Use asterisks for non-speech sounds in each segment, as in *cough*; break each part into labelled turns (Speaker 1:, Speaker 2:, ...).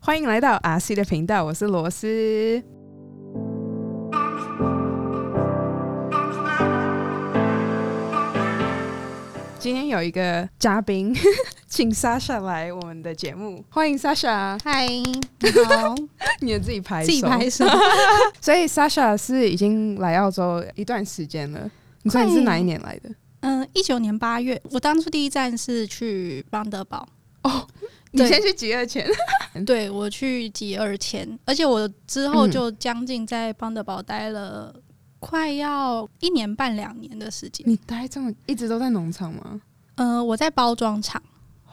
Speaker 1: 欢迎来到 RC 的频道，我是罗斯。今天有一个嘉宾， *laughs* 请 Sasha 来我们的节目，欢迎 Sasha。
Speaker 2: 嗨，你 *laughs* 好，
Speaker 1: 你也自己拍手
Speaker 2: 自己
Speaker 1: *laughs*
Speaker 2: 拍手，
Speaker 1: 所以 Sasha 是已经来澳洲一段时间了。你说你是哪一年来的？
Speaker 2: 嗯，一九年八月，我当初第一站是去邦德堡，
Speaker 1: 哦，你先去集二前，
Speaker 2: 对我去集二前，而且我之
Speaker 1: 嗯
Speaker 2: 后就将近在邦德堡待了快要一年半两年的时间。
Speaker 1: 你待这么一直都在农场吗？
Speaker 2: 嗯、我在包装厂，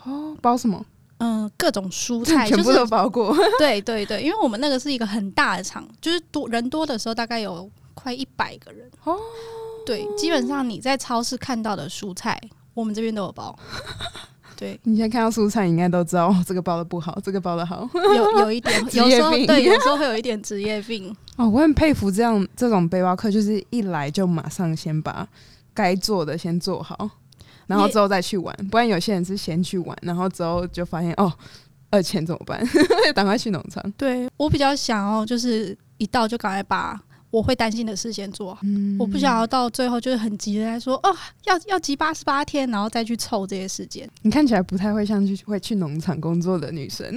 Speaker 1: 哦，包什么？
Speaker 2: 嗯、各种蔬菜
Speaker 1: 全
Speaker 2: 就
Speaker 1: 部
Speaker 2: 是 *laughs*
Speaker 1: 都包过。
Speaker 2: 对对对，因为我们那个是一个很大的厂，就是多人多的时候大概有快一百个人
Speaker 1: 哦。
Speaker 2: 对，基本上你在超市看到的蔬菜，我们这边都有包。对，
Speaker 1: *laughs* 你现在看到蔬菜，你应该都知道、哦、这个包的不好，这个包的好。，
Speaker 2: 有有一点 *laughs*
Speaker 1: 职业
Speaker 2: 有时候
Speaker 1: 病
Speaker 2: 对，有时候会有一点职业病。
Speaker 1: 哦，我很佩服这样这种背包客，就是一来就马上先把该做的先做好，然后
Speaker 2: 也
Speaker 1: 之后再去玩。不然有些人是先去玩，然后之后就发现哦，二钱怎么办？ *laughs* 赶快去农场。
Speaker 2: *laughs* 对我比较想要就是一到就赶快把我会担心的事先做好，我不想要到最后就是很急的在说哦，要要急八十八天，然后再去凑这些时间。
Speaker 1: 你看起来不太会像去会去农场工作的女生。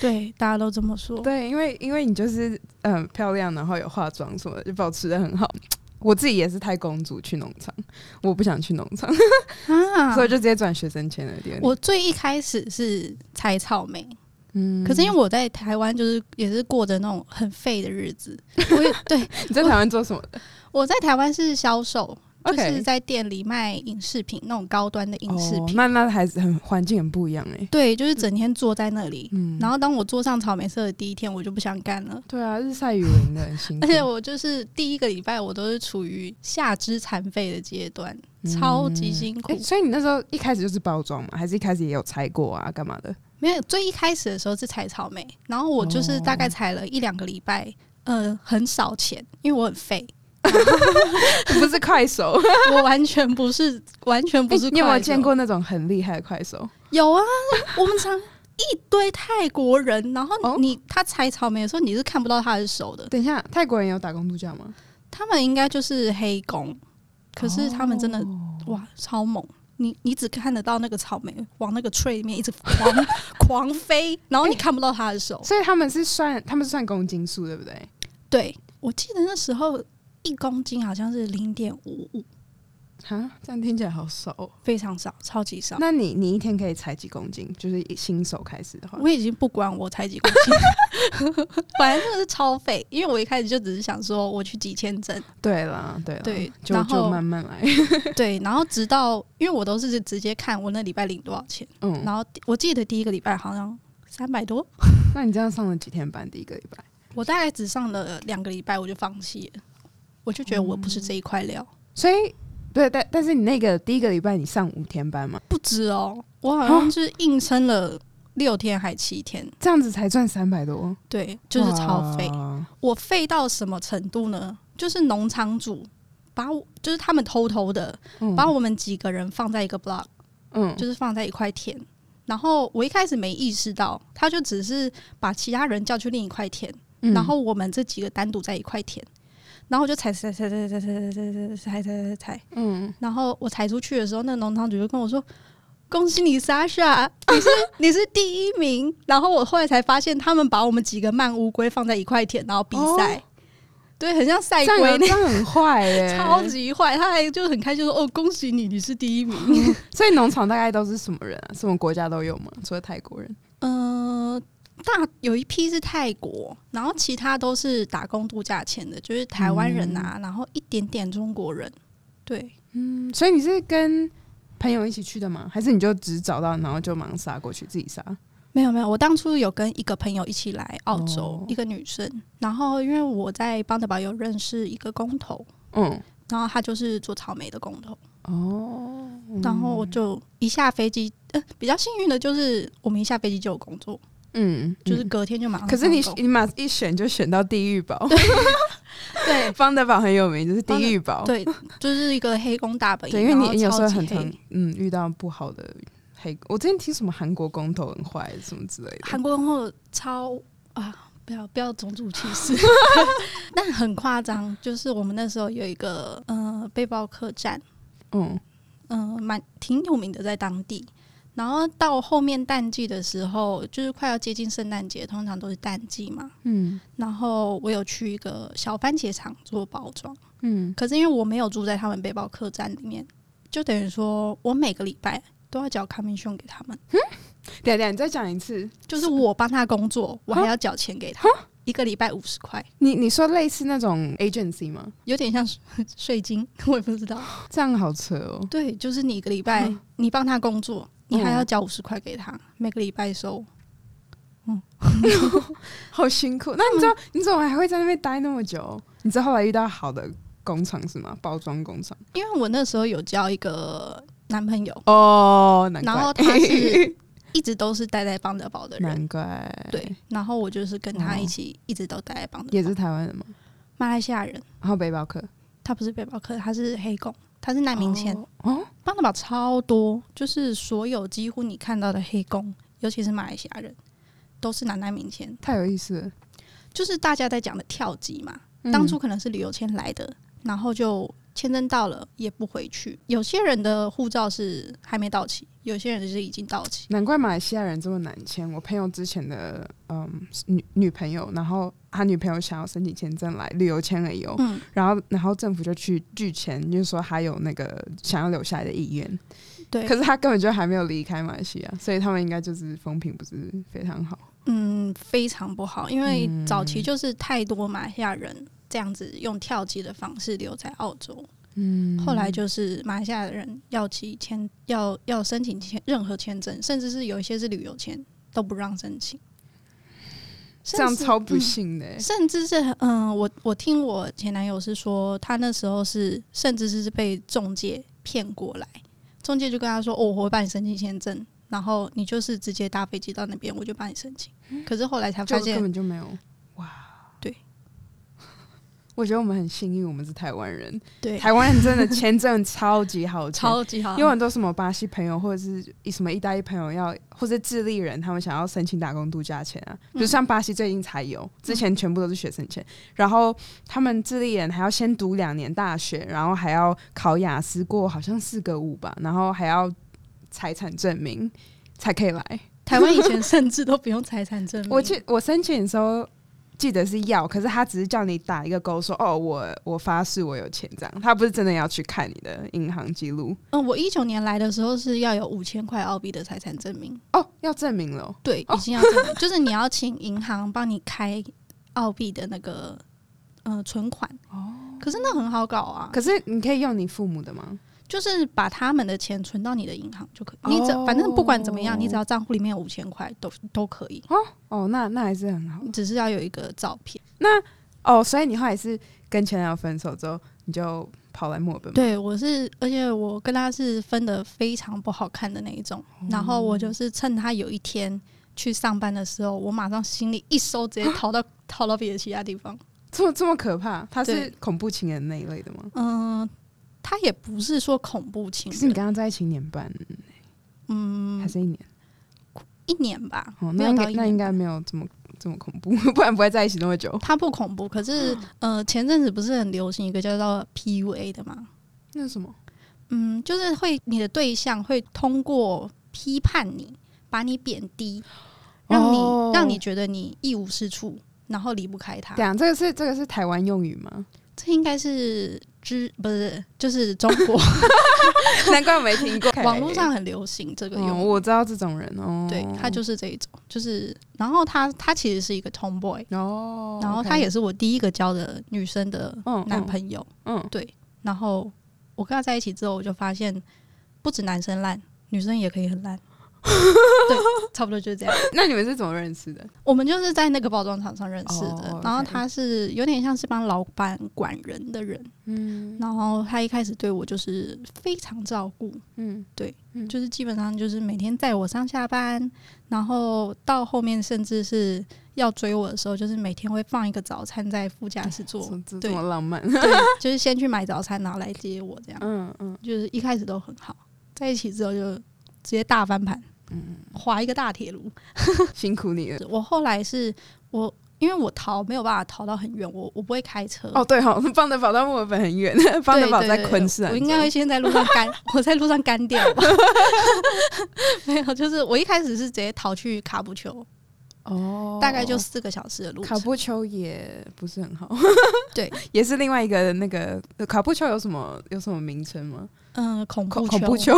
Speaker 2: 对，大家都这么说。
Speaker 1: *laughs* 对，因为因为你就是嗯、呃漂亮，然后有化妆什么的，就保持的很好。我自己也是太公主去农场，我不想去农场，
Speaker 2: 啊
Speaker 1: 所以我就直接转学生签了店。
Speaker 2: 我最一开始是采草莓，
Speaker 1: 嗯
Speaker 2: 可是因为我在台湾就是也是过着那种很废的日子，我也对
Speaker 1: 你在台湾做什么的
Speaker 2: 我在台湾是销售，就
Speaker 1: OK
Speaker 2: 是在店里卖影视品那种高端的影视
Speaker 1: 哦
Speaker 2: 品，
Speaker 1: 那那还是很环境很不一样哎、
Speaker 2: 对，就是整天坐在那里。
Speaker 1: 嗯，
Speaker 2: 然后当我坐上草莓社的第一天，我就不想干了。
Speaker 1: 对啊，日晒雨淋的很辛苦，
Speaker 2: 而且我就是第一个礼拜，我都是处于下肢残废的阶段，超级辛苦
Speaker 1: 嗯诶。所以你那时候一开始就是包装嘛，还是一开始也有拆过啊，干嘛的？
Speaker 2: 没有最一开始的时候是采草莓，然后我就是大
Speaker 1: 哦
Speaker 2: 概采了一两个礼拜，呃，很少钱，因为我很废，
Speaker 1: 不是快 *laughs* 手，
Speaker 2: 我完全不是，完全不是、
Speaker 1: *laughs* 诶你有没有见？过那种很厉害的快手？
Speaker 2: 有啊，我们常一堆泰国人，然
Speaker 1: 哦
Speaker 2: 后你、他采草莓的时候，你是看不到他的手
Speaker 1: *laughs*
Speaker 2: 的，
Speaker 1: 等一下，泰国人有打工度假吗？
Speaker 2: 他们应该就是黑工，可是他们真的、
Speaker 1: 哦
Speaker 2: 哇超猛。你你只看得到那个草莓往那个 tray 里面一直狂 *laughs* 狂飞，然后你看不到他的手。
Speaker 1: 所以他们是算他们是算公斤数对不对？
Speaker 2: 对我记得那时候一公斤好像是零点五五，
Speaker 1: 啊，这样听起来好少、哦。
Speaker 2: 非常少，超级少。
Speaker 1: 那你你一天可以采几公斤？就是一新手开始的话，
Speaker 2: 我已经不管我才几公斤， *laughs* 反正那个是超费，因为我一开始就只是想说我去几千
Speaker 1: *laughs*
Speaker 2: 针，
Speaker 1: 对啦，对啦，
Speaker 2: 对
Speaker 1: 就
Speaker 2: 然后
Speaker 1: 就慢慢来。 *laughs*
Speaker 2: 对，然后直到因为我都是直接看我那礼拜领多少钱，
Speaker 1: 嗯，
Speaker 2: 然后我记得第一个礼拜好像三百多，
Speaker 1: 那你这样上了几天班？第一个礼拜，
Speaker 2: 我大概只上了两个礼拜我就放弃了，我就觉得我不是这一块
Speaker 1: 哦
Speaker 2: 料，
Speaker 1: 所以对，但但是你那个第一个礼拜你上五天班嘛，
Speaker 2: 不止哦，我好像是硬撑了六天还七天，
Speaker 1: 这样子才赚三百多，
Speaker 2: 对，就是超费。
Speaker 1: 哇
Speaker 2: 我废到什么程度呢？就是农场主把我，就是他们偷偷的
Speaker 1: 嗯
Speaker 2: 把我们几个人放在一个 block，、
Speaker 1: 嗯，
Speaker 2: 就是放在一块田。然后我一开始没意识到，他就只是把其他人叫去另一块田，
Speaker 1: 嗯
Speaker 2: 然后我们这几个单独在一块田。然后我就踩踩踩踩踩踩踩踩踩踩踩踩，
Speaker 1: 嗯，
Speaker 2: 然后我踩出去的时候，那农场主就跟我说：“恭喜你，Sasha，你是你是第一名。”然后我后来才发现，他们把我们几个慢乌龟放在一块田，然后比赛，
Speaker 1: 哦
Speaker 2: 对，很像赛
Speaker 1: 这样
Speaker 2: 龟
Speaker 1: 有这样很坏耶、
Speaker 2: *laughs* 超。级坏，他还就很开心说：“哦，恭喜你，你是第一名。
Speaker 1: 所以农场大概都是什么人啊？什么国家都有吗？除了泰国人，
Speaker 2: 呃，大有一批是泰国，然后其他都是打工度假签的，就是台湾人啊，然后一点点中国人。对，
Speaker 1: 嗯，所以你是跟朋友一起去的吗？还是你就只找到然后就马上杀过去自己杀？
Speaker 2: 没有没有，我当初有跟一个朋友一起来澳洲，
Speaker 1: 哦
Speaker 2: 一个女生，然后因为我在邦德堡有认识一个工头，
Speaker 1: 嗯，
Speaker 2: 然后他就是做草莓的工头，
Speaker 1: 哦，
Speaker 2: 然后我就一下飞机，呃，比较幸运的就是我们一下飞机就有工作，
Speaker 1: 嗯，
Speaker 2: 就是
Speaker 1: 嗯
Speaker 2: 隔天就马上
Speaker 1: 可
Speaker 2: 上
Speaker 1: 是
Speaker 2: 工。
Speaker 1: 你你马一选就选到地狱堡，*laughs*
Speaker 2: 对
Speaker 1: 方德堡很有名，就是地
Speaker 2: 邦德
Speaker 1: 狱堡。
Speaker 2: 对，就是一个黑工大本营，
Speaker 1: 对，因为
Speaker 2: 然后
Speaker 1: 你你有时候
Speaker 2: 超级
Speaker 1: 很
Speaker 2: 黑
Speaker 1: 常嗯遇到不好的黑，我之前听什么韩国工头很坏什么之类的，
Speaker 2: 韩国工头超哇，不要不要种族歧
Speaker 1: *laughs*
Speaker 2: 视，但很夸张。就是我们那时候有一个呃背包客栈，
Speaker 1: 嗯，
Speaker 2: 嗯、蛮挺有名的在当地。然后到后面淡季的时候，就是快要接近圣诞节，通常都是淡季嘛。
Speaker 1: 嗯
Speaker 2: 然后我有去一个小番茄厂做包装，
Speaker 1: 嗯，
Speaker 2: 可是因为我没有住在他们背包客栈里面，就等于说我每个礼拜都要缴 commission 给他们，
Speaker 1: 等一下等一下，你再讲一次。
Speaker 2: 就是我帮他工作，我还要缴钱给他，一个礼拜五十块，
Speaker 1: 你你说类似那种 agency 吗？
Speaker 2: 有点像税 *laughs* 税金，我也不知道。
Speaker 1: 这样好扯哦。
Speaker 2: 对，就是你一个礼拜
Speaker 1: 嗯
Speaker 2: 你帮他工作，你还
Speaker 1: 嗯
Speaker 2: 要缴五十块给他，每个礼拜收。
Speaker 1: 好辛苦。那你知道、你怎么还会在那边待那么久？你知道后来遇到好的工厂是吗？包装工厂
Speaker 2: 因为我那时候有交一个男朋友，
Speaker 1: 哦，难怪。
Speaker 2: 然后他
Speaker 1: *laughs*
Speaker 2: 是一直都是待在邦德堡的人，
Speaker 1: 难怪，
Speaker 2: 对，然后我就是跟他
Speaker 1: 哦
Speaker 2: 一起一直都待在邦德堡，
Speaker 1: 也是台湾人嘛。
Speaker 2: 马来西亚人，
Speaker 1: 然后背包客
Speaker 2: 他不是背包客，他是黑工，他是难民签。
Speaker 1: 哦，
Speaker 2: 邦德堡超多，就是所有几乎你看到的黑工，尤其是马来西亚人，都是拿难民签，
Speaker 1: 太有意思了。
Speaker 2: 就是大家在讲的跳级嘛。
Speaker 1: 嗯
Speaker 2: 当初可能是旅游签来的，然后就签证到了也不回去。有些人的护照是还没到期，有些人是已经到期。
Speaker 1: 难怪马来西亚人这么难签。我朋友之前的嗯女女朋友，然后他女朋友想要申请签证来旅游签而已哦，
Speaker 2: 嗯，
Speaker 1: 然后然后政府就去拒签，就是说他有那个想要留下来的意愿，
Speaker 2: 对
Speaker 1: 可。是他根本就还没有离开马来西亚，所以他们应该就是风评不是非常好。
Speaker 2: 嗯，非常不好，因为早
Speaker 1: 嗯
Speaker 2: 期就是太多马来西亚人这样子用跳级的方式留在澳洲，
Speaker 1: 嗯
Speaker 2: 后来就是马来西亚人要其签要要申请签任何签证，甚至是有一些是旅游签都不让申请，
Speaker 1: 这样
Speaker 2: 甚至
Speaker 1: 超不幸的、欸
Speaker 2: 甚至是嗯、我我听我前男友是说，他那时候是甚至是被中介骗过来，中介就跟他说：“哦，我会帮你申请签证，然后你就是直接搭飞机到那边，我就帮你申请。”可是后来才
Speaker 1: 就
Speaker 2: 发
Speaker 1: 是
Speaker 2: 现
Speaker 1: 根，本就没有哇。
Speaker 2: 对，
Speaker 1: 我觉得我们很幸运，我们是台湾人，
Speaker 2: 对，
Speaker 1: 台湾人真的签证超级好签。
Speaker 2: 超级好，
Speaker 1: 因为很多什么巴西朋友或者是什么意大利朋友要，或者智利人，他们想要申请打工度假签啊，就像巴西最近才有，之前全部都是学生签。然后他们智利人还要先读两年大学，然后还要考雅思过好像四个五吧，然后还要财产证明才可以来。
Speaker 2: 台湾以前甚至都不用财产 *laughs* 证明，
Speaker 1: 我记我申请的时候记得是要，可是他只是叫你打一个勾说哦，我我发誓我有钱这样，他不是真的要去看你的银行记录
Speaker 2: 嗯，我一九年来的时候是要有五千块澳币的财产证明，
Speaker 1: 哦，要证明了哦。
Speaker 2: 对，已经要证明，就是你要请银行帮你开澳币的那个呃存款哦，可是那很好搞啊，
Speaker 1: 可是你可以用你父母的吗？
Speaker 2: 就是把他们的钱存到你的银行就可以，你只反正不管怎么样，你只要账户里面有五千块都都可以，
Speaker 1: 哦，那那还是很好
Speaker 2: 你只是要有一个照片。
Speaker 1: 哦。所以你后来是跟前男友分手之后，你就跑来墨尔本吗？
Speaker 2: 对，我是，而且我跟他是分的非常不好看的那一种。然后我就是趁他有一天去上班的时候，我马上行李一收，直接逃到 *laughs* 逃到别的其他地方。
Speaker 1: 这么这么可怕？他是
Speaker 2: 对
Speaker 1: 恐怖情人那一类的吗？
Speaker 2: 嗯、他也不是说恐怖情
Speaker 1: 可是你
Speaker 2: 人，
Speaker 1: 跟他在一起一年半，嗯，还是一年？
Speaker 2: 一年吧，
Speaker 1: 哦，
Speaker 2: 没
Speaker 1: 那
Speaker 2: 有
Speaker 1: 应
Speaker 2: 到
Speaker 1: 该
Speaker 2: 一
Speaker 1: 那应
Speaker 2: 年。
Speaker 1: 该没有这么这么恐怖， *laughs* 不然不会在一起那么久。
Speaker 2: 他不恐怖，可 *gasps* 是呃，前阵子不是很流行一个叫做 PUA 的吗？
Speaker 1: 那是什么？
Speaker 2: 嗯，就是会你的对象会通过批判你，把你贬低，让你、
Speaker 1: 哦
Speaker 2: 让你觉得你一无是处，然后离不开他
Speaker 1: 对。啊，这个是这个是台湾用语
Speaker 2: *laughs*
Speaker 1: 吗？
Speaker 2: 这应该是知不是就是中
Speaker 1: *laughs*
Speaker 2: 国
Speaker 1: 难怪我没听过
Speaker 2: *laughs* 网络上很流行这个用
Speaker 1: 哦，
Speaker 2: 语，
Speaker 1: 我知道这种人哦。
Speaker 2: 对他就是这一种，就是然后他他其实是一个 tomboy，
Speaker 1: 哦，
Speaker 2: 然后
Speaker 1: OK
Speaker 2: 他也是我第一个交的女生的
Speaker 1: 嗯
Speaker 2: 男朋友，
Speaker 1: 嗯
Speaker 2: 对，然后我跟他在一起之后，我就发现不止男生烂，女生也可以很
Speaker 1: *laughs*
Speaker 2: 烂，对，差不多就是这样。
Speaker 1: 那你们是怎么认识的？
Speaker 2: 我们就是在那个包装厂上认识的，
Speaker 1: 哦，OK
Speaker 2: 然后他是有点像是帮老板管人的人，
Speaker 1: 嗯
Speaker 2: 然后他一开始对我就是非常照顾，
Speaker 1: 嗯，
Speaker 2: 就是基本上就是每天载我上下班，然后到后面甚至是要追我的时候，就是每天会放一个早餐在副驾驶座，
Speaker 1: *laughs* 这这
Speaker 2: 对
Speaker 1: 么浪漫。
Speaker 2: 对，就是先去买早餐，然后来接我这样，
Speaker 1: 嗯嗯，
Speaker 2: 就是一开始都很好，在一起之后就直接大翻盘，嗯，划一个大铁路。
Speaker 1: *laughs* 辛苦你了。
Speaker 2: 我后来是我因为我逃没有办法逃到很远，我我不会开车。
Speaker 1: 哦，对哈、哦，邦德堡到墨尔本很
Speaker 2: *laughs*
Speaker 1: 远，邦
Speaker 2: 对，
Speaker 1: 德堡
Speaker 2: 对
Speaker 1: 在
Speaker 2: 对
Speaker 1: 昆士兰
Speaker 2: 我
Speaker 1: 州，
Speaker 2: 应该会先在路上干，我在路上干掉吧。 *laughs* 没有，就是我一开始是直接逃去卡布丘，
Speaker 1: 哦，
Speaker 2: 大概就四个小时的路
Speaker 1: 卡
Speaker 2: 程。
Speaker 1: 布丘也不是很好，
Speaker 2: *laughs* 对，
Speaker 1: *laughs* 也是另外一个那个呃卡布丘有什么有什么名称吗？
Speaker 2: 嗯，恐怖
Speaker 1: 恐恐怖丘。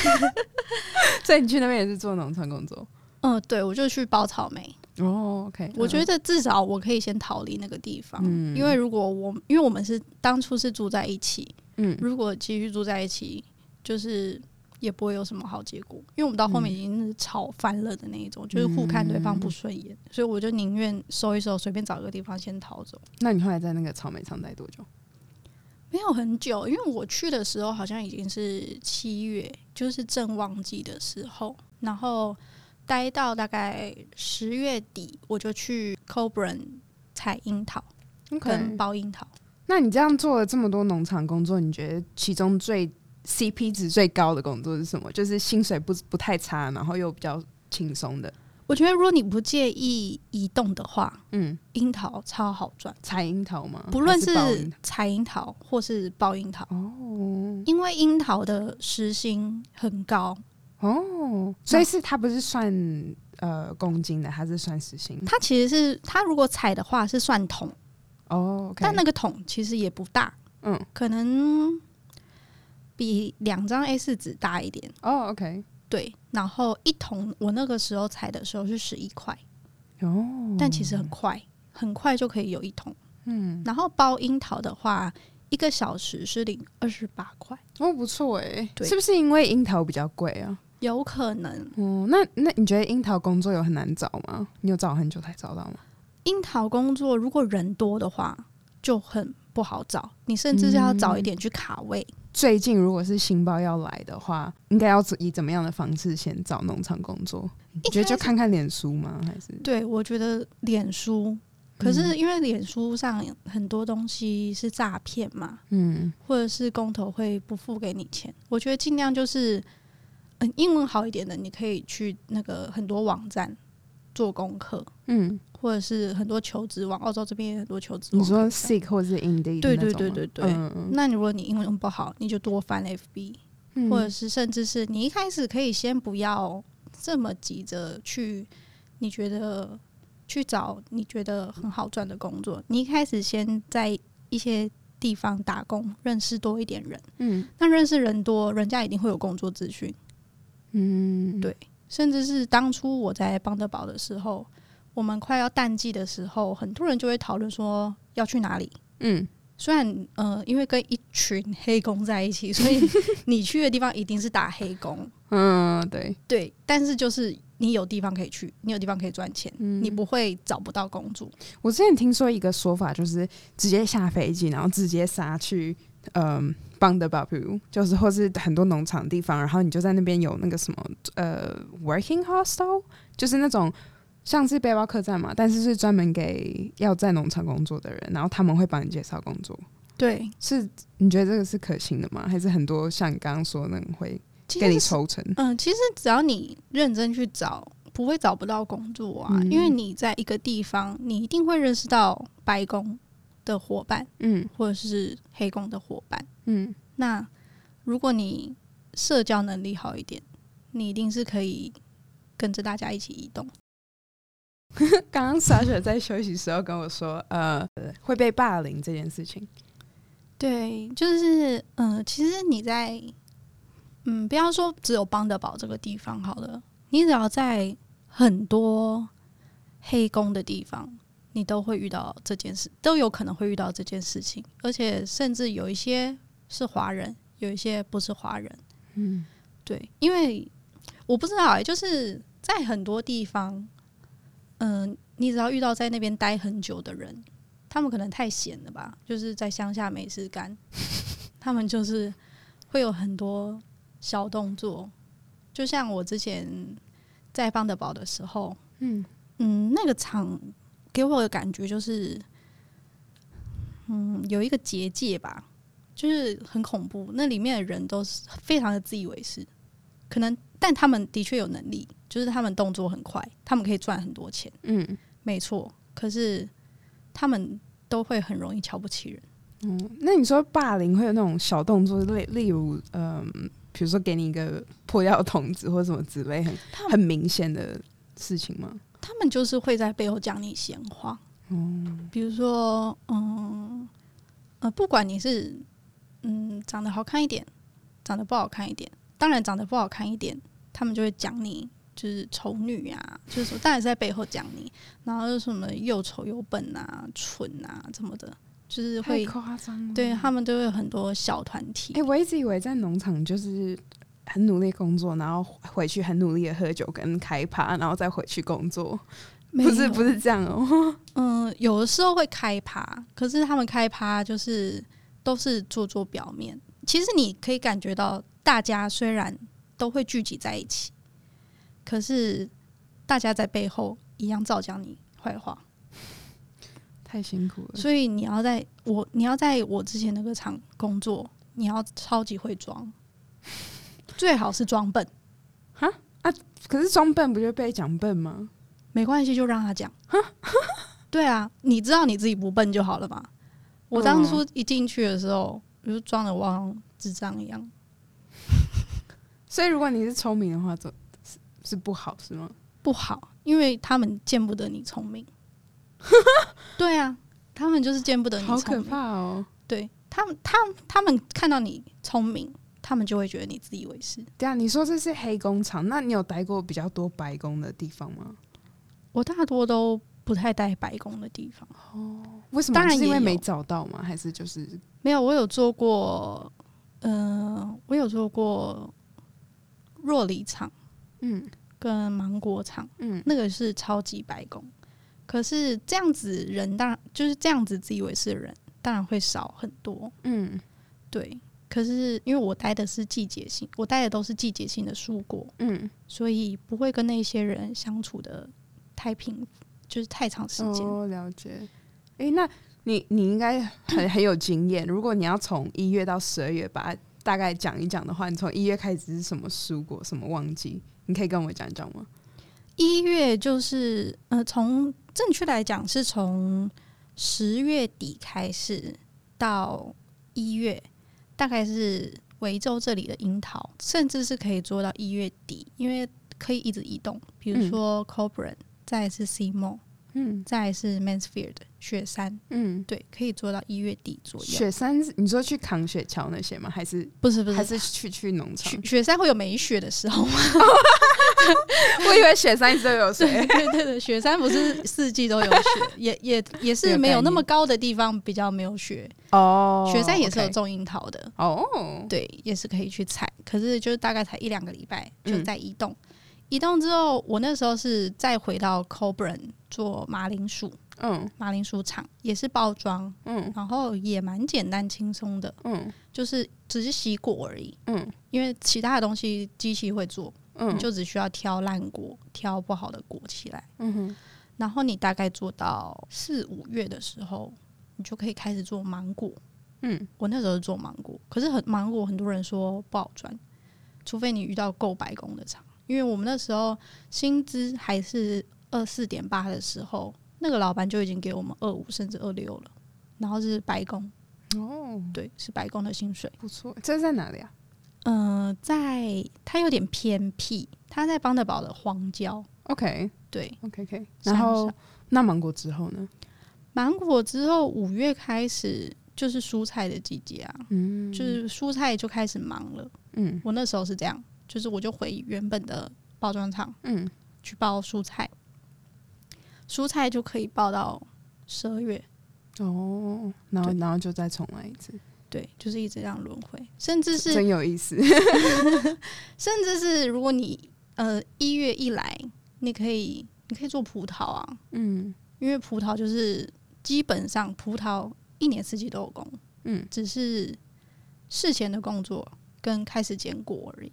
Speaker 2: *laughs*
Speaker 1: *laughs* 所以你去那边也是做农场工作
Speaker 2: 嗯，对，我就去包草莓。
Speaker 1: 哦？OK，
Speaker 2: 我觉
Speaker 1: 得
Speaker 2: 得至少我可以先逃离那个地方，
Speaker 1: 嗯
Speaker 2: 因为如果我因为我们是当初是住在一起，
Speaker 1: 嗯
Speaker 2: 如果继续住在一起，就是也不会有什么好结果，因为我们到
Speaker 1: 嗯
Speaker 2: 后面已经是吵翻了的那一种，就是互看对方不顺眼，所以我就宁愿收一收，随便找一个地方先逃走。
Speaker 1: 嗯那你后来在那个草莓厂待多久？
Speaker 2: 没有很久，因为我去的时候好像已经是七月，就是正旺季的时候，然后待到大概十月底，我就去 Cobran 采樱桃跟包樱桃。
Speaker 1: 那你这样做了这么多农场工作，你觉得其中最 CP 值最高的工作是什么？就是薪水不不太差，然后又比较轻松的。
Speaker 2: 我觉得如果你不介意移动的话，
Speaker 1: 嗯，
Speaker 2: 樱桃超好赚，
Speaker 1: 采樱桃吗？
Speaker 2: 不论
Speaker 1: 嗯还是包樱
Speaker 2: 是采樱桃或是包樱桃，
Speaker 1: 哦嗯
Speaker 2: 因为樱桃的时薪很高，
Speaker 1: 哦，所以是它不是算呃公斤的，它是算时薪。
Speaker 2: 它其实是它如果采的话是算桶，
Speaker 1: 哦，OK，
Speaker 2: 但那个桶其实也不大，
Speaker 1: 嗯，
Speaker 2: 可能比两张 A 四纸大一点，
Speaker 1: 哦，OK，
Speaker 2: 对。然后一桶我那个时候采的时候是十一块，
Speaker 1: 哦，
Speaker 2: 但其实很快，很快就可以有一桶。
Speaker 1: 嗯，
Speaker 2: 然后包樱桃的话，一个小时是领二十八块，
Speaker 1: 哦不错哎，
Speaker 2: 对
Speaker 1: 是不是因为樱桃比较贵啊？
Speaker 2: 有可能
Speaker 1: 哦，那那你觉得樱桃工作有很难找吗？你有找很久才找到吗？
Speaker 2: 樱桃工作如果人多的话就很不好找，你甚至是要早一点去卡位。
Speaker 1: 最近如果是新包要来的话，应该要以怎么样的方式先找农场工作？你觉得就看看脸书吗？还是
Speaker 2: 对，我觉得脸书，可是因为脸书上很多东西是诈骗嘛，
Speaker 1: 嗯
Speaker 2: 或者是公投会不付给你钱，我觉得尽量就是，嗯，英文好一点的，你可以去那个很多网站做功课，
Speaker 1: 嗯，
Speaker 2: 或者是很多求职网，澳洲这边也很多求职网
Speaker 1: 你
Speaker 2: 可以
Speaker 1: 说
Speaker 2: 看。
Speaker 1: Seek 或是 Indeed
Speaker 2: 对
Speaker 1: 那种
Speaker 2: 对
Speaker 1: 吗
Speaker 2: 对对对
Speaker 1: 嗯嗯
Speaker 2: 那你如果你英文不好，你就多翻 FB，、
Speaker 1: 嗯
Speaker 2: 或者是甚至是你一开始可以先不要这么急着去，你觉得去找你觉得很好赚的工作，你一开始先在一些地方打工，认识多一点人。
Speaker 1: 嗯
Speaker 2: 那认识人多，人家一定会有工作资讯。
Speaker 1: 嗯
Speaker 2: 对甚至是当初我在邦德堡的时候，我们快要淡季的时候，很多人就会讨论说要去哪里。
Speaker 1: 嗯
Speaker 2: 虽然呃，因为跟一群黑工在一起，所以 *laughs* 你去的地方一定是打黑工，
Speaker 1: 嗯对，
Speaker 2: 对。但是就是你有地方可以去，你有地方可以赚钱，你
Speaker 1: 嗯
Speaker 2: 不会找不到工作。
Speaker 1: 我之前听说一个说法，就是直接下飞机，然后直接杀去嗯邦德堡，比如就是或是很多农场地方，然后你就在那边有那个什么呃 working hostel，就是那种像是背包客栈嘛，但是是专门给要在农场工作的人，然后他们会帮你介绍工作。
Speaker 2: 对，
Speaker 1: 是你觉得这个是可行的吗？还是很多像你刚刚说的那种会
Speaker 2: 其
Speaker 1: 给你
Speaker 2: 实
Speaker 1: 抽成？
Speaker 2: 嗯、其实只要你认真去找，不会找不到工作啊，
Speaker 1: 嗯
Speaker 2: 因为你在一个地方，你一定会认识到白宫的伙伴
Speaker 1: 嗯
Speaker 2: 或者是黑工的伙伴。
Speaker 1: 嗯
Speaker 2: 那如果你社交能力好一点，你一定是可以跟着大家一起移动。
Speaker 1: 刚刚 Sasha 在休息时候跟我说，呃，会被霸凌这件事情。
Speaker 2: 对，就是嗯、呃其实你在嗯，不要说只有邦德堡这个地方好了，你只要在很多黑工的地方，你都会遇到这件事，都有可能会遇到这件事情，而且甚至有一些是华人，有一些不是华人。
Speaker 1: 嗯，
Speaker 2: 对，因为我不知道、欸，就是在很多地方，嗯、你只要遇到在那边待很久的人，他们可能太闲了吧，就是在乡下没事干， *laughs* 他们就是会有很多小动作，就像我之前在邦德堡的时候，
Speaker 1: 嗯
Speaker 2: 嗯，那个场给我的感觉就是，嗯，有一个结界吧，就是很恐怖。那里面的人都是非常的自以为是，可能，但他们的确有能力，就是他们动作很快，他们可以赚很多钱，
Speaker 1: 嗯
Speaker 2: 没错。可是他们都会很容易瞧不起人。
Speaker 1: 嗯，那你说霸凌会有那种小动作，例例如，嗯，比如说给你一个破药筒子或什么之类，很
Speaker 2: 他们
Speaker 1: 很明显的事情吗？
Speaker 2: 他们就是会在背后讲你闲话，嗯，比如说，嗯，呃，不管你是嗯长得好看一点，长得不好看一点，当然长得不好看一点，他们就会讲你就是丑女啊，就是说当然是在背后讲你，然后就什么又丑又笨啊、蠢啊什么的，就是
Speaker 1: 太
Speaker 2: 会
Speaker 1: 夸张了。
Speaker 2: 对他们都会有很多小团体
Speaker 1: 哎、，我一直以为在农场就是很努力工作，然后回去很努力的喝酒跟开趴，然后再回去工作，
Speaker 2: 没
Speaker 1: 不是
Speaker 2: 有
Speaker 1: 不是这样
Speaker 2: *laughs*
Speaker 1: 哦、
Speaker 2: 嗯，有的时候会开趴，可是他们开趴就是都是做做表面。其实你可以感觉到，大家虽然都会聚集在一起，可是大家在背后一样照讲你坏话。
Speaker 1: 太辛苦了。
Speaker 2: 所以你要在我，你要在我之前那个厂工作，你要超级会装，最好是装笨，
Speaker 1: 可是装笨不就被讲笨吗？
Speaker 2: 没关系，就让他讲。 *laughs* 对啊，你知道你自己不笨就好了嘛。我当初
Speaker 1: 嗯
Speaker 2: 一进去的时候，我就装的我好像智障一样，
Speaker 1: 所以如果你是聪明的话，怎是是不好是吗？
Speaker 2: 不好，因为他们见不得你聪明。
Speaker 1: *laughs*
Speaker 2: 对啊，他们就是见不得你
Speaker 1: 好
Speaker 2: 聪
Speaker 1: 可
Speaker 2: 明。
Speaker 1: 怕哦、
Speaker 2: 对他们，他们他们看到你聪明，他们就会觉得你自以为是。
Speaker 1: 对啊，你说这是黑工厂，那你有待过比较多白工的地方吗？
Speaker 2: 我大多都不太待白宫的地方，
Speaker 1: 为什么？
Speaker 2: 当然
Speaker 1: 是因
Speaker 2: 也
Speaker 1: 为
Speaker 2: 有
Speaker 1: 没找到吗？还是就是
Speaker 2: 没有，我有做过，呃，我有做过若梨厂。
Speaker 1: 嗯
Speaker 2: 跟芒果厂，
Speaker 1: 嗯
Speaker 2: 那个是超级白宫。可是这样子人当然就是这样子自以为是的人，当然会少很多。
Speaker 1: 嗯
Speaker 2: 对，可是因为我待的是季节性，我待的都是季节性的蔬果，
Speaker 1: 嗯
Speaker 2: 所以不会跟那些人相处的太平，就是太长时间。
Speaker 1: 哦，了解。诶，那你你应该
Speaker 2: *coughs*
Speaker 1: 很很有经验。如果你要从一月到十二月把它大概讲一讲的话，你从一月开始是什么蔬果，什么旺季，你可以跟我讲讲吗？嗯
Speaker 2: 一月就是呃，从正确来讲是从十月底开始到一月，大概是维州这里的樱桃，甚至是可以做到一月底，因为可以一直移动，比如说 Cobran，、再来是 Seymour，
Speaker 1: 嗯
Speaker 2: 再来是 Mansfield 雪山，
Speaker 1: 嗯，
Speaker 2: 对，可以做到一月底左右。
Speaker 1: 雪山是，你说去扛雪橇那些吗？还是
Speaker 2: 不是不
Speaker 1: 还
Speaker 2: 是，
Speaker 1: 是去去农场
Speaker 2: 雪？雪山会有没雪的时候吗？
Speaker 1: *laughs* 我以为雪山一直都有水。
Speaker 2: *laughs*
Speaker 1: *laughs*
Speaker 2: 对对对对，雪山不是四季都有雪，也也也
Speaker 1: 这
Speaker 2: 是
Speaker 1: 个
Speaker 2: 没有
Speaker 1: 概
Speaker 2: 那么
Speaker 1: 念
Speaker 2: 高的地方比较没有雪，
Speaker 1: 哦
Speaker 2: 雪山也是有
Speaker 1: OK
Speaker 2: 种樱桃的，
Speaker 1: 哦，
Speaker 2: 对，也是可以去采，可是就是大概才一两个礼拜就
Speaker 1: 嗯
Speaker 2: 在移动。移动之后，我那时候是再回到 Cobran 做马铃薯，
Speaker 1: 嗯
Speaker 2: 马铃薯厂也是包装，
Speaker 1: 嗯
Speaker 2: 然后也蛮简单轻松的，
Speaker 1: 嗯
Speaker 2: 就是只是洗果而已，
Speaker 1: 嗯
Speaker 2: 因为其他的东西机器会做，你
Speaker 1: 嗯，
Speaker 2: 就只需要挑烂果，挑不好的果起来。
Speaker 1: 嗯哼
Speaker 2: 然后你大概做到四五月的时候，你就可以开始做芒果。
Speaker 1: 嗯
Speaker 2: 我那时候是做芒果，可是很芒果很多人说不好赚，除非你遇到够白工的厂。因为我们那时候薪资还是二四点八的时候，那个老板就已经给我们二五甚至二六了，然后是白工，
Speaker 1: 哦，
Speaker 2: 对，是白工的薪水。
Speaker 1: 不错，这是在哪里啊？
Speaker 2: 嗯、在它有点偏僻，它在邦德堡的荒郊，
Speaker 1: OK
Speaker 2: 对，
Speaker 1: OK OK，
Speaker 2: 山
Speaker 1: 然后
Speaker 2: 上
Speaker 1: 那芒果之后呢？
Speaker 2: 芒果之后，五月开始就是蔬菜的季节啊，
Speaker 1: 嗯，
Speaker 2: 就是蔬菜就开始忙了。
Speaker 1: 嗯
Speaker 2: 我那时候是这样，就是我就回原本的包装厂
Speaker 1: 嗯
Speaker 2: 去包蔬菜，蔬菜就可以包到十二月，
Speaker 1: 哦，然后
Speaker 2: 对
Speaker 1: 然后就再重来一次，
Speaker 2: 对，就是一直这样轮回，甚至是
Speaker 1: 真有意思。 *laughs*
Speaker 2: 甚至是如果你呃一月一来，你可以你可以做葡萄啊，
Speaker 1: 嗯
Speaker 2: 因为葡萄就是基本上葡萄一年四季都有工，
Speaker 1: 嗯，
Speaker 2: 只是事前的工作跟开始剪果而已。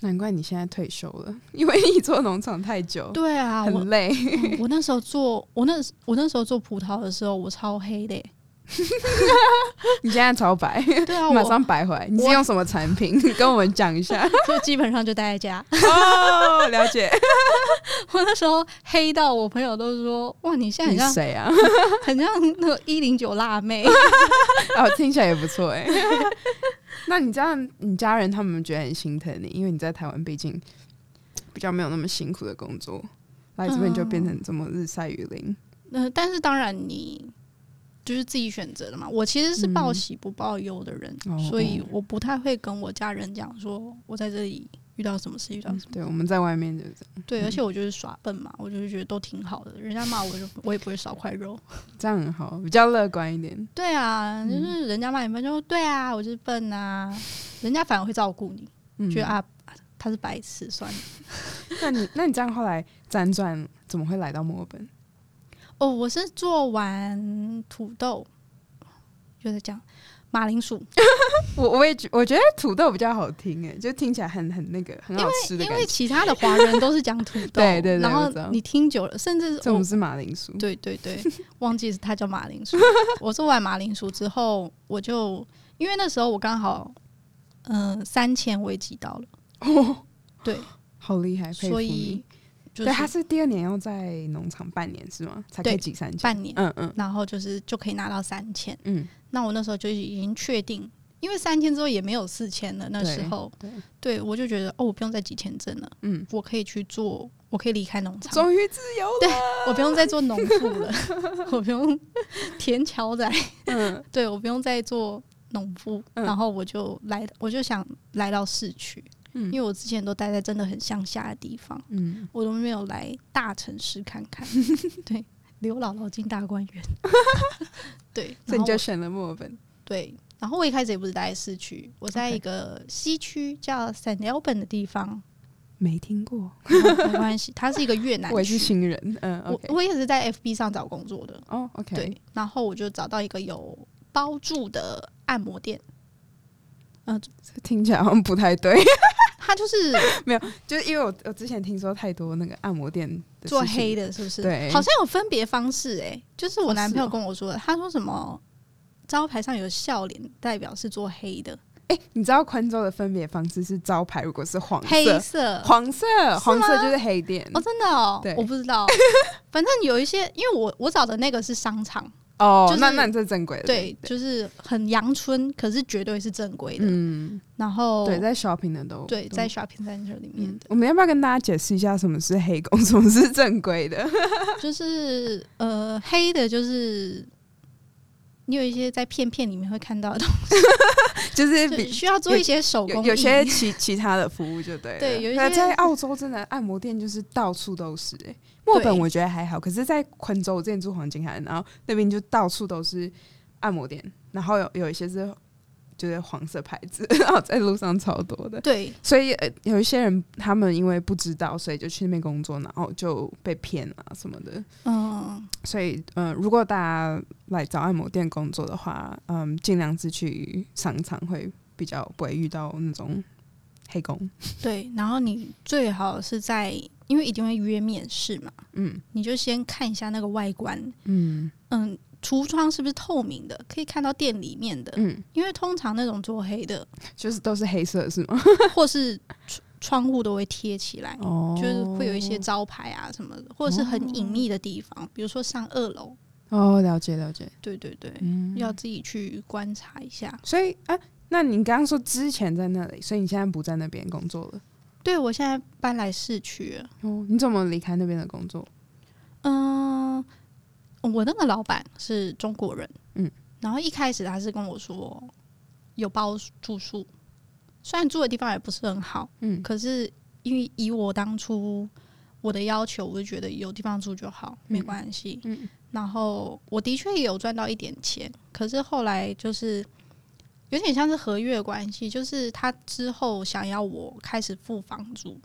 Speaker 1: 难怪你现在退休了，因为你做农场太久，
Speaker 2: 对啊，我
Speaker 1: 很累。
Speaker 2: 嗯我那时候做我那我那时候做葡萄的时候，我超黑的耶、
Speaker 1: *laughs* 你现在超
Speaker 2: *laughs*
Speaker 1: 白，
Speaker 2: 对啊，
Speaker 1: 马
Speaker 2: 我
Speaker 1: 上白回来。你是用什么产
Speaker 2: *laughs*
Speaker 1: 品？跟我们讲一下。
Speaker 2: 就基本上就待在家。 *laughs*
Speaker 1: 哦，了 *laughs* 解。
Speaker 2: 我那时候黑到我朋友都说：“哇，你现在
Speaker 1: 你
Speaker 2: 很像
Speaker 1: 谁啊？
Speaker 2: 很像那个一零九辣妹。
Speaker 1: *laughs* 哦，听起来也不错哎。 *laughs* 那你这样，你家人他们觉得很心疼你，因为你在台湾毕竟比较没有那么辛苦的工作，来这边就变成这么日晒雨淋。
Speaker 2: 那但是当然你就是自己选择的嘛。我其实是报喜不报忧的人，
Speaker 1: 嗯哦
Speaker 2: 所以我不太会跟我家人讲说我在这里遇到什么事，遇到什么。
Speaker 1: 对，我们在外面就是这样
Speaker 2: 对，而且我就是耍笨嘛，我就是觉得都挺好的，人家骂我就我也不会少块
Speaker 1: *laughs*
Speaker 2: 肉。
Speaker 1: 这样很好，比较乐观一点。
Speaker 2: 对啊，
Speaker 1: 嗯
Speaker 2: 就是人家骂你笨，就说对啊，我就是笨啊，人家反而会照顾你，
Speaker 1: 嗯
Speaker 2: 觉得啊。他是白痴，算了。
Speaker 1: 那 *laughs* 你那你这样后来辗转怎么会来到墨尔本？
Speaker 2: 哦，我是做完土豆，就在讲马铃薯，
Speaker 1: 我我也觉我觉得土豆比较好听哎，就听起来很很那个很好吃的
Speaker 2: 因
Speaker 1: 感
Speaker 2: 为
Speaker 1: 觉。
Speaker 2: 其他的华人都是讲
Speaker 1: *laughs*
Speaker 2: 土豆，
Speaker 1: 对对对
Speaker 2: 然
Speaker 1: 我
Speaker 2: 后
Speaker 1: 知道
Speaker 2: 你听久了，甚至
Speaker 1: 这
Speaker 2: 我
Speaker 1: 种是马铃薯，
Speaker 2: 对对
Speaker 1: *laughs*
Speaker 2: 对，忘记是它叫马铃薯。我做完马铃薯之后，我就因为那时候我刚好嗯、呃三千危机到了，
Speaker 1: 哦，
Speaker 2: 对，
Speaker 1: 好厉害，佩服
Speaker 2: 所
Speaker 1: 你
Speaker 2: 以就是
Speaker 1: 对，他是第二年要在农场半年是吗？才可以
Speaker 2: 对
Speaker 1: 挤三千？
Speaker 2: 半年，
Speaker 1: 嗯嗯
Speaker 2: 然后就是就可以拿到三千。
Speaker 1: 嗯，
Speaker 2: 那我那时候就已经确定，因为三千之后也没有四千了，那时
Speaker 1: 对
Speaker 2: 候
Speaker 1: 对，
Speaker 2: 对我就觉得哦，我不用再挤签证了，
Speaker 1: 嗯，
Speaker 2: 我可以去做，我可以离开农场。
Speaker 1: 终于自由了。
Speaker 2: *laughs* 我不用再做农妇了，我不用田桥仔，
Speaker 1: 嗯
Speaker 2: 对我不用再做农妇，
Speaker 1: 嗯
Speaker 2: 然后我就来，我就想来到市区，因
Speaker 1: 嗯
Speaker 2: 为我之前都待在真的很乡下的地方，
Speaker 1: 嗯，
Speaker 2: 我都没有来大城市看
Speaker 1: *laughs*
Speaker 2: 看。对，刘姥姥进大观园，对，
Speaker 1: 所
Speaker 2: 然
Speaker 1: 以
Speaker 2: 后
Speaker 1: 你就
Speaker 2: 我
Speaker 1: 选了墨尔本。
Speaker 2: 对。然后我一开始也不是待在市区，我在
Speaker 1: OK
Speaker 2: 一个西区叫 San Elban 的
Speaker 1: *laughs*
Speaker 2: 地方，
Speaker 1: 没听过，
Speaker 2: 然后没关系，它是一个越南
Speaker 1: 我也是
Speaker 2: 区。
Speaker 1: 新人。嗯
Speaker 2: 我
Speaker 1: ，OK，
Speaker 2: 我也是在 FB 上找工作的，
Speaker 1: 哦，OK，
Speaker 2: 对，，然后我就找到一个有包住的按
Speaker 1: *laughs*
Speaker 2: 摩店，
Speaker 1: 这听起来好像不太对， *laughs*
Speaker 2: 它就是
Speaker 1: 就是因为我我之前听说太多那个按摩店的
Speaker 2: 做
Speaker 1: 事情
Speaker 2: 黑的，是不是？
Speaker 1: 对
Speaker 2: 好像有分别方式诶、就是我
Speaker 1: 哦
Speaker 2: 男
Speaker 1: 是
Speaker 2: 朋友
Speaker 1: 哦
Speaker 2: 跟我说的，他说什么招牌上有笑脸，代表是做黑的，
Speaker 1: 哦你知道宽州的分别方式是招牌，如果是黄
Speaker 2: 黑
Speaker 1: 色，
Speaker 2: 色。
Speaker 1: 黄色，黄色就是黑店。
Speaker 2: 哦，真的哦
Speaker 1: 对，
Speaker 2: 我不知
Speaker 1: *laughs*
Speaker 2: 道。反正有一些，因为我我找的那个是商场，
Speaker 1: 哦
Speaker 2: 就，是
Speaker 1: 那那你这正规的。
Speaker 2: 对，就是很阳春，可是绝对是正规的。
Speaker 1: 嗯，
Speaker 2: 然后
Speaker 1: 对，在 shopping 的都
Speaker 2: 对
Speaker 1: 都
Speaker 2: 在 shopping center 里面
Speaker 1: 嗯，我们要不要跟大家解释一下什么是黑工，什么是正规的？ *laughs*
Speaker 2: 就是呃，黑的就是你有一些在片片里面会看到的东
Speaker 1: 就是
Speaker 2: 西，
Speaker 1: *laughs*
Speaker 2: 就
Speaker 1: 比
Speaker 2: 需要做一些手工
Speaker 1: 有
Speaker 2: 艺
Speaker 1: 有些其其他的服务就对了。
Speaker 2: 对有一
Speaker 1: 那
Speaker 2: 些
Speaker 1: 在澳洲真的按摩店就是到处都是、欸，墨本我觉得还好，可是，在昆州我之前住黄金海岸，然后那边就到处都是按摩店，然后有有一些是就是黄色牌子， *laughs* 然后在路上超多的。
Speaker 2: 对
Speaker 1: 所以、呃、有一些人，他们因为不知道，所以就去那边工作，然后就被骗啊什么的。
Speaker 2: 嗯
Speaker 1: 所以，嗯、如果大家来找按摩店工作的话，嗯，尽量是去商场，会比较不会遇到那种黑工。
Speaker 2: 对，然后你最好是在因为一定会约面试嘛，
Speaker 1: 嗯
Speaker 2: 你就先看一下那个外观，
Speaker 1: 嗯
Speaker 2: 嗯，橱窗是不是透明的，可以看到店里面的，
Speaker 1: 嗯，
Speaker 2: 因为通常那种做黑的
Speaker 1: 就是都是黑色是吗？
Speaker 2: 或是窗窗户都会贴起来。
Speaker 1: 哦
Speaker 2: 就是会有一些招牌啊什么的，或者是很隐秘的地方，比如说上二楼，
Speaker 1: 哦，了解了解。
Speaker 2: 对对对，
Speaker 1: 嗯，
Speaker 2: 要自己去观察一下。
Speaker 1: 所以啊，那你刚刚说之前在那里，所以你现在不在那边工作了？
Speaker 2: 对我现在搬来市区了，
Speaker 1: 哦，你怎么离开那边的工作？
Speaker 2: 嗯，我那个老板是中国人，
Speaker 1: 嗯，
Speaker 2: 然后一开始他是跟我说有包住宿，虽然住的地方也不是很好，
Speaker 1: 嗯
Speaker 2: 可是因为以我当初我的要求，我就觉得有地方住就好，没关系。
Speaker 1: 嗯
Speaker 2: 然后我的确也有赚到一点钱，可是后来就是有点像是合约的关系，就是他之后想要我开始付房租，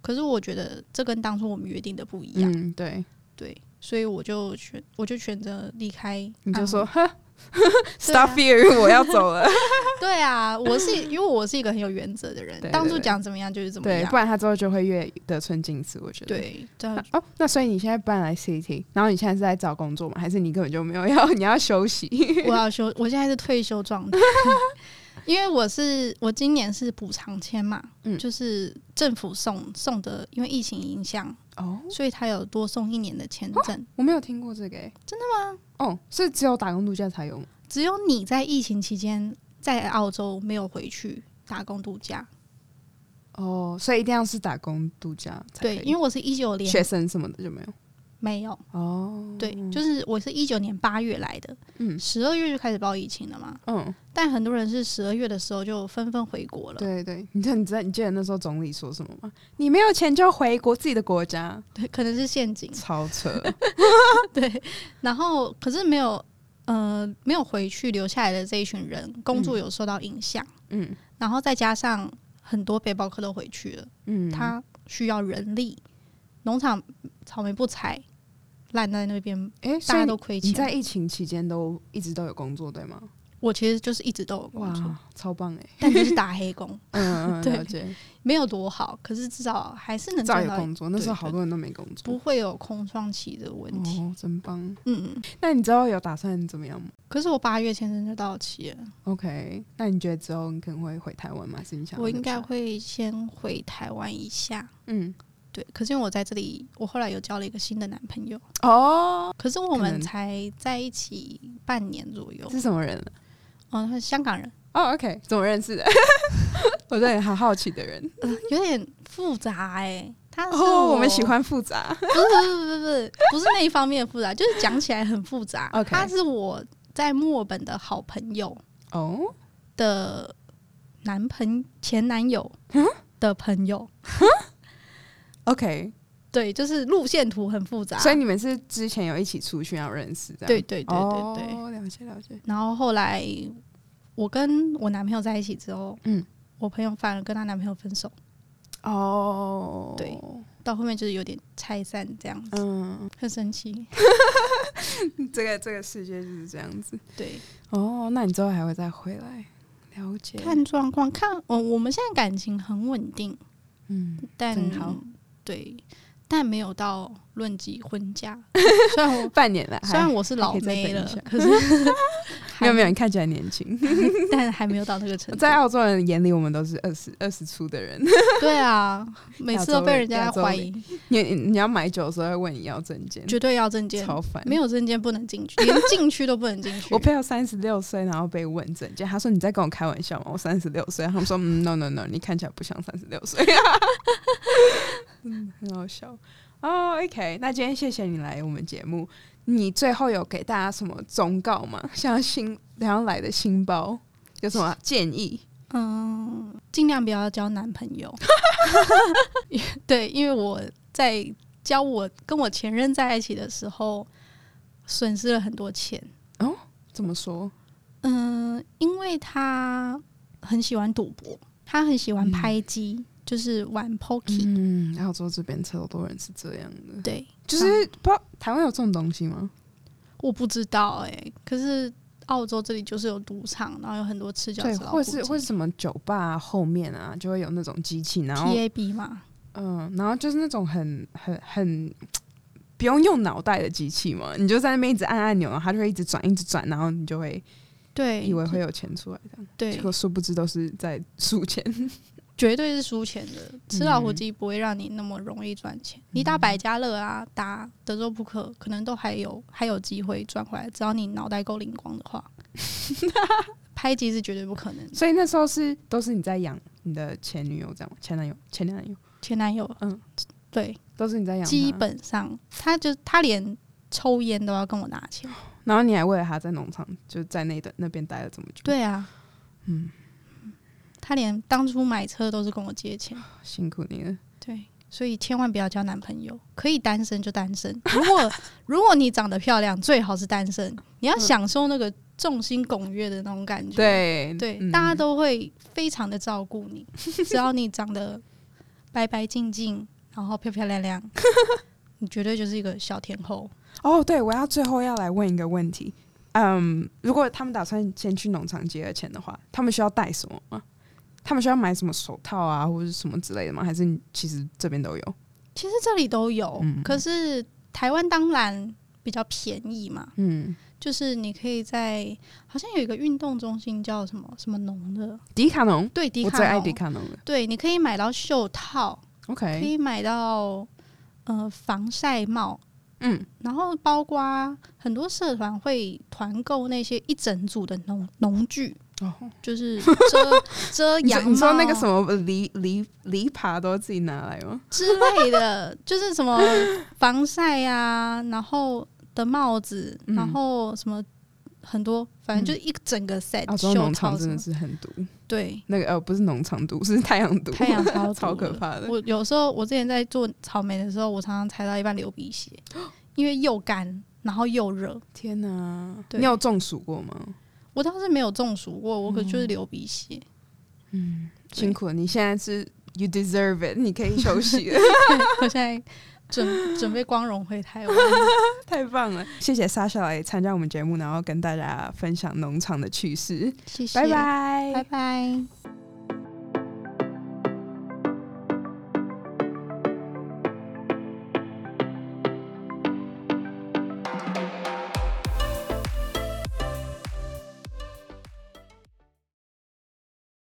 Speaker 2: 可是我觉得这跟当初我们约定的不一样，
Speaker 1: 嗯，对，
Speaker 2: 对，所以我就选我就选择离开
Speaker 1: 啊 *laughs*
Speaker 2: 按摩，
Speaker 1: 你就说呵， ，Stop fear，我要走了。
Speaker 2: 对啊，我是因为我是一个很有原则的人
Speaker 1: 对，对
Speaker 2: 当初
Speaker 1: 对
Speaker 2: 讲怎么样就是怎么
Speaker 1: *laughs* 对，
Speaker 2: 样
Speaker 1: 不。然他之后就会越得寸进尺。我觉得。
Speaker 2: 对，这样
Speaker 1: 那哦，那所以你现在搬来 CT，然后你现在是在找工作吗？还是你根本就没有要 *laughs* 你要休息？
Speaker 2: 我要休，我现在是退休状态， *laughs* 因为我是我今年是补偿签嘛，
Speaker 1: 嗯
Speaker 2: 就是政府送送的，因为疫情影响，
Speaker 1: 哦，
Speaker 2: 所以他有多送一年的签证。
Speaker 1: 我没有听过这个、欸，真的吗？哦，是只有打工度假才有吗？
Speaker 2: 只有你在疫情期间在澳洲没有回去打工度假，
Speaker 1: 哦，所以一定要是打工度假才可以
Speaker 2: 对，因为我是一九
Speaker 1: 学
Speaker 2: 年
Speaker 1: 生什么的就没有。
Speaker 2: 没有，
Speaker 1: 哦，
Speaker 2: 对，就是我是一九年八月来的，
Speaker 1: 嗯
Speaker 2: 十二月就开始报疫情了嘛，
Speaker 1: 嗯，
Speaker 2: 但很多人是十二月的时候就纷纷回国了，
Speaker 1: 对对，你知道你知道你记得那时候总理说什么吗？你没有钱就回国自己的国家，
Speaker 2: 对，可能是陷阱， *laughs*
Speaker 1: 超扯。
Speaker 2: 对，然后可是没有，呃，没有回去留下来的这一群人，工作有受到影响，
Speaker 1: *laughs* 嗯
Speaker 2: 然后再加上很多背包客都回去了，
Speaker 1: 嗯，
Speaker 2: 他需要人力，农场草莓不采，烂在那边，
Speaker 1: 哎、
Speaker 2: 大
Speaker 1: 所以
Speaker 2: 家
Speaker 1: 你
Speaker 2: 都亏
Speaker 1: 你在
Speaker 2: 钱。
Speaker 1: 疫情期间都一直都有工作对吗？
Speaker 2: 我其实就是一直都有工作，
Speaker 1: 哇，超棒哎、
Speaker 2: 但就是打黑工，
Speaker 1: 嗯嗯，
Speaker 2: *laughs* 对
Speaker 1: 了解，
Speaker 2: 没有多好，可是至少还是能
Speaker 1: 照
Speaker 2: 赚
Speaker 1: 有
Speaker 2: 到，
Speaker 1: 工作，那时候
Speaker 2: 对
Speaker 1: 好多人都没工作，
Speaker 2: 不会有空窗期的问题。
Speaker 1: 哦，真棒。
Speaker 2: 嗯，嗯
Speaker 1: 那你之后有打算怎么样吗
Speaker 2: 可是我八月签证就到期了，
Speaker 1: ？OK，那你觉得之后你可能会回台湾吗？还是你想要
Speaker 2: 我
Speaker 1: 留
Speaker 2: 应该
Speaker 1: 下，
Speaker 2: 会先回台湾一下。
Speaker 1: 嗯，
Speaker 2: 对，可是因为我在这里，我后来有交了一个新的男朋友，
Speaker 1: 哦，
Speaker 2: 可是我
Speaker 1: 可
Speaker 2: 们
Speaker 1: 能
Speaker 2: 才在一起半年左右。
Speaker 1: 是什么人？啊
Speaker 2: 哦，他是香港人，
Speaker 1: 哦，OK，怎么认识的？ *laughs* 我对你好好奇的人。
Speaker 2: 有点复杂哎、他是
Speaker 1: 哦，我们喜
Speaker 2: 我，
Speaker 1: 欢复杂。
Speaker 2: 不是不是不是不是不是那一方面的复杂，就是讲起来很复杂。
Speaker 1: OK
Speaker 2: 他是我在墨尔本的好朋友
Speaker 1: 哦，
Speaker 2: 的男朋前男友
Speaker 1: 嗯
Speaker 2: 的朋友，
Speaker 1: OK，
Speaker 2: 对，就是路线图很复杂。
Speaker 1: 所以你们是之前有一起出去然后认识这样？
Speaker 2: 对对对对对，
Speaker 1: 哦，了解了解。
Speaker 2: 然后后来我跟我男朋友在一起之后，
Speaker 1: 嗯
Speaker 2: 嗯，我朋友反而跟她男朋友分手，
Speaker 1: 哦，
Speaker 2: 对到后面就是有点拆散这样子，
Speaker 1: 嗯，
Speaker 2: 很生气。
Speaker 1: 这个这个世界就是这样子。
Speaker 2: 对，
Speaker 1: 哦，那你之后还会再回来？了解，
Speaker 2: 看状况，看我我们现在感情很稳定，
Speaker 1: 嗯，
Speaker 2: 但
Speaker 1: 真好
Speaker 2: 对，但没有到论及婚嫁。虽然 *laughs* 我
Speaker 1: 半年了，
Speaker 2: 虽然
Speaker 1: 还
Speaker 2: 我是老妹了
Speaker 1: 还可以再，
Speaker 2: 可是 *laughs*
Speaker 1: 没有没有，
Speaker 2: 还啊
Speaker 1: 你看起来年
Speaker 2: *laughs*
Speaker 1: 轻。
Speaker 2: 但还没有到那个程度。
Speaker 1: 在澳洲人眼里，我们都是二十二十出的人。 *laughs*
Speaker 2: 对啊，每次都被人
Speaker 1: 亚
Speaker 2: 家
Speaker 1: 洲人
Speaker 2: 怀疑，
Speaker 1: 你你你要买酒的时候会问你要证件，
Speaker 2: 绝对要证件，
Speaker 1: 超烦。
Speaker 2: 没有证件不能进去，连进去都不能进去。
Speaker 1: 我朋友三十六岁，然后被问证件，他说你在跟我开玩笑吗？我三十六岁，他们说嗯，no no no，你看起来不像三十六岁， *laughs* 嗯，很好笑。哦、o k 那今天谢谢你来我们节目。你最后有给大家什么忠告吗？像新然后来的新包有什么建议？
Speaker 2: 嗯，尽量不要交男朋友。 *laughs* 对，因为我在交我跟我前任在一起的时候，损失了很多钱。
Speaker 1: 怎么说？
Speaker 2: 嗯，因为他很喜欢赌博，他很喜欢拍机，就是玩 pokey、
Speaker 1: 嗯，澳洲这边超多人是这样的，
Speaker 2: 对，
Speaker 1: 就是不知道台湾有这种东西吗？
Speaker 2: 我不知道哎、可是澳洲这里就是有赌场，然后有很多赤脚
Speaker 1: 对，
Speaker 2: 蛇
Speaker 1: 或
Speaker 2: 老虎
Speaker 1: 是
Speaker 2: 机
Speaker 1: 或是什么酒吧、后面啊，就会有那种机器，然后
Speaker 2: TAB 嘛，
Speaker 1: 嗯，然后就是那种很很很不用用脑袋的机器嘛，你就在那边一直按按钮，然后它就会一直转，一直转，然后你就会
Speaker 2: 对，
Speaker 1: 以为会有钱出来，这样
Speaker 2: 对
Speaker 1: 结，果殊不知都是在输钱。 *laughs*
Speaker 2: 绝对是输钱的。吃老虎机不会让你那么容易赚钱。你打百家乐啊，打德州扑克，可能都还有还有机会赚回来，只要你脑袋够灵光的话。 *laughs* 拍机是绝对不可能的。
Speaker 1: 所以那时候是都是你在养你的前女友这样吗，前男友、前男友
Speaker 2: 前男友，
Speaker 1: 嗯
Speaker 2: 嗯，对，
Speaker 1: 都是你在养，
Speaker 2: 基。本上他就他连抽烟都要跟我拿钱。
Speaker 1: 然后你还为了他在农场就在那的那边待了这么久，，
Speaker 2: 对啊，
Speaker 1: 嗯，
Speaker 2: 他连当初买车都是跟我借钱。
Speaker 1: 辛苦你了。
Speaker 2: 对，所以千万不要交男朋友，可以单身就单身。如果 *laughs* 如果你长得漂亮，最好是单身。你要享受那个众星拱月的那种感觉。
Speaker 1: 对
Speaker 2: 对，
Speaker 1: 嗯
Speaker 2: 大家都会非常的照顾你， *laughs* 只要你长得白白净净，然后漂漂亮 *laughs* 亮，你绝对就是一个小天后。
Speaker 1: 哦，对，我要最后要来问一个问题。嗯，如果他们打算先去农场结了钱的话，他们需要带什么吗？他们需要买什么手套啊，或者是什么之类的吗？还是你其实这边都有？
Speaker 2: 其实这里都有，
Speaker 1: 嗯
Speaker 2: 可是台湾当然比较便宜嘛，
Speaker 1: 嗯，
Speaker 2: 就是你可以在好像有一个运动中心叫什么什么农的，
Speaker 1: 迪卡侬，
Speaker 2: 对，迪
Speaker 1: 我
Speaker 2: 卡
Speaker 1: 最爱
Speaker 2: 侬，
Speaker 1: 迪卡侬了。
Speaker 2: 对，你可以买到袖套，可
Speaker 1: OK，
Speaker 2: 以买到呃防晒帽，
Speaker 1: 嗯，
Speaker 2: 然后包括很多社团会团购那些一整组的农农具，
Speaker 1: 哦，
Speaker 2: *laughs* 就是遮遮
Speaker 1: 你说
Speaker 2: 阳帽，
Speaker 1: 你说那个什么梨梨梨耙都自己拿来吗？
Speaker 2: 之类的，就是
Speaker 1: *laughs*
Speaker 2: 什么防晒啊，然后的帽子，
Speaker 1: 嗯
Speaker 2: 然后什么很多，反正就是一整个 set
Speaker 1: 澳洲
Speaker 2: 袖
Speaker 1: 哦农
Speaker 2: 呃套
Speaker 1: 场
Speaker 2: 什
Speaker 1: 真
Speaker 2: 么
Speaker 1: 的，是很毒，
Speaker 2: 对，
Speaker 1: 那个呃不是农场毒，是太阳毒，*laughs*
Speaker 2: 太阳超
Speaker 1: 超
Speaker 2: 毒
Speaker 1: 可
Speaker 2: 的。
Speaker 1: 怕的。
Speaker 2: 我有时候我之前在做草莓的时候，我常常踩到一半流鼻血，因为又干然后又热。
Speaker 1: 天哪，
Speaker 2: 对
Speaker 1: 你有中暑过吗？
Speaker 2: 我倒是没有中暑过，我可就是流鼻血。对
Speaker 1: 嗯辛苦了，你现在是 you deserve it，你可以休
Speaker 2: *laughs*
Speaker 1: 息了，
Speaker 2: 我现在准 *laughs* 准备光荣回
Speaker 1: *laughs*
Speaker 2: 台湾。
Speaker 1: 太棒了！谢谢 Sasha 来参加我们节目，然后跟大家分享农场的趣事，
Speaker 2: 谢谢，
Speaker 1: 拜拜，
Speaker 2: 拜拜。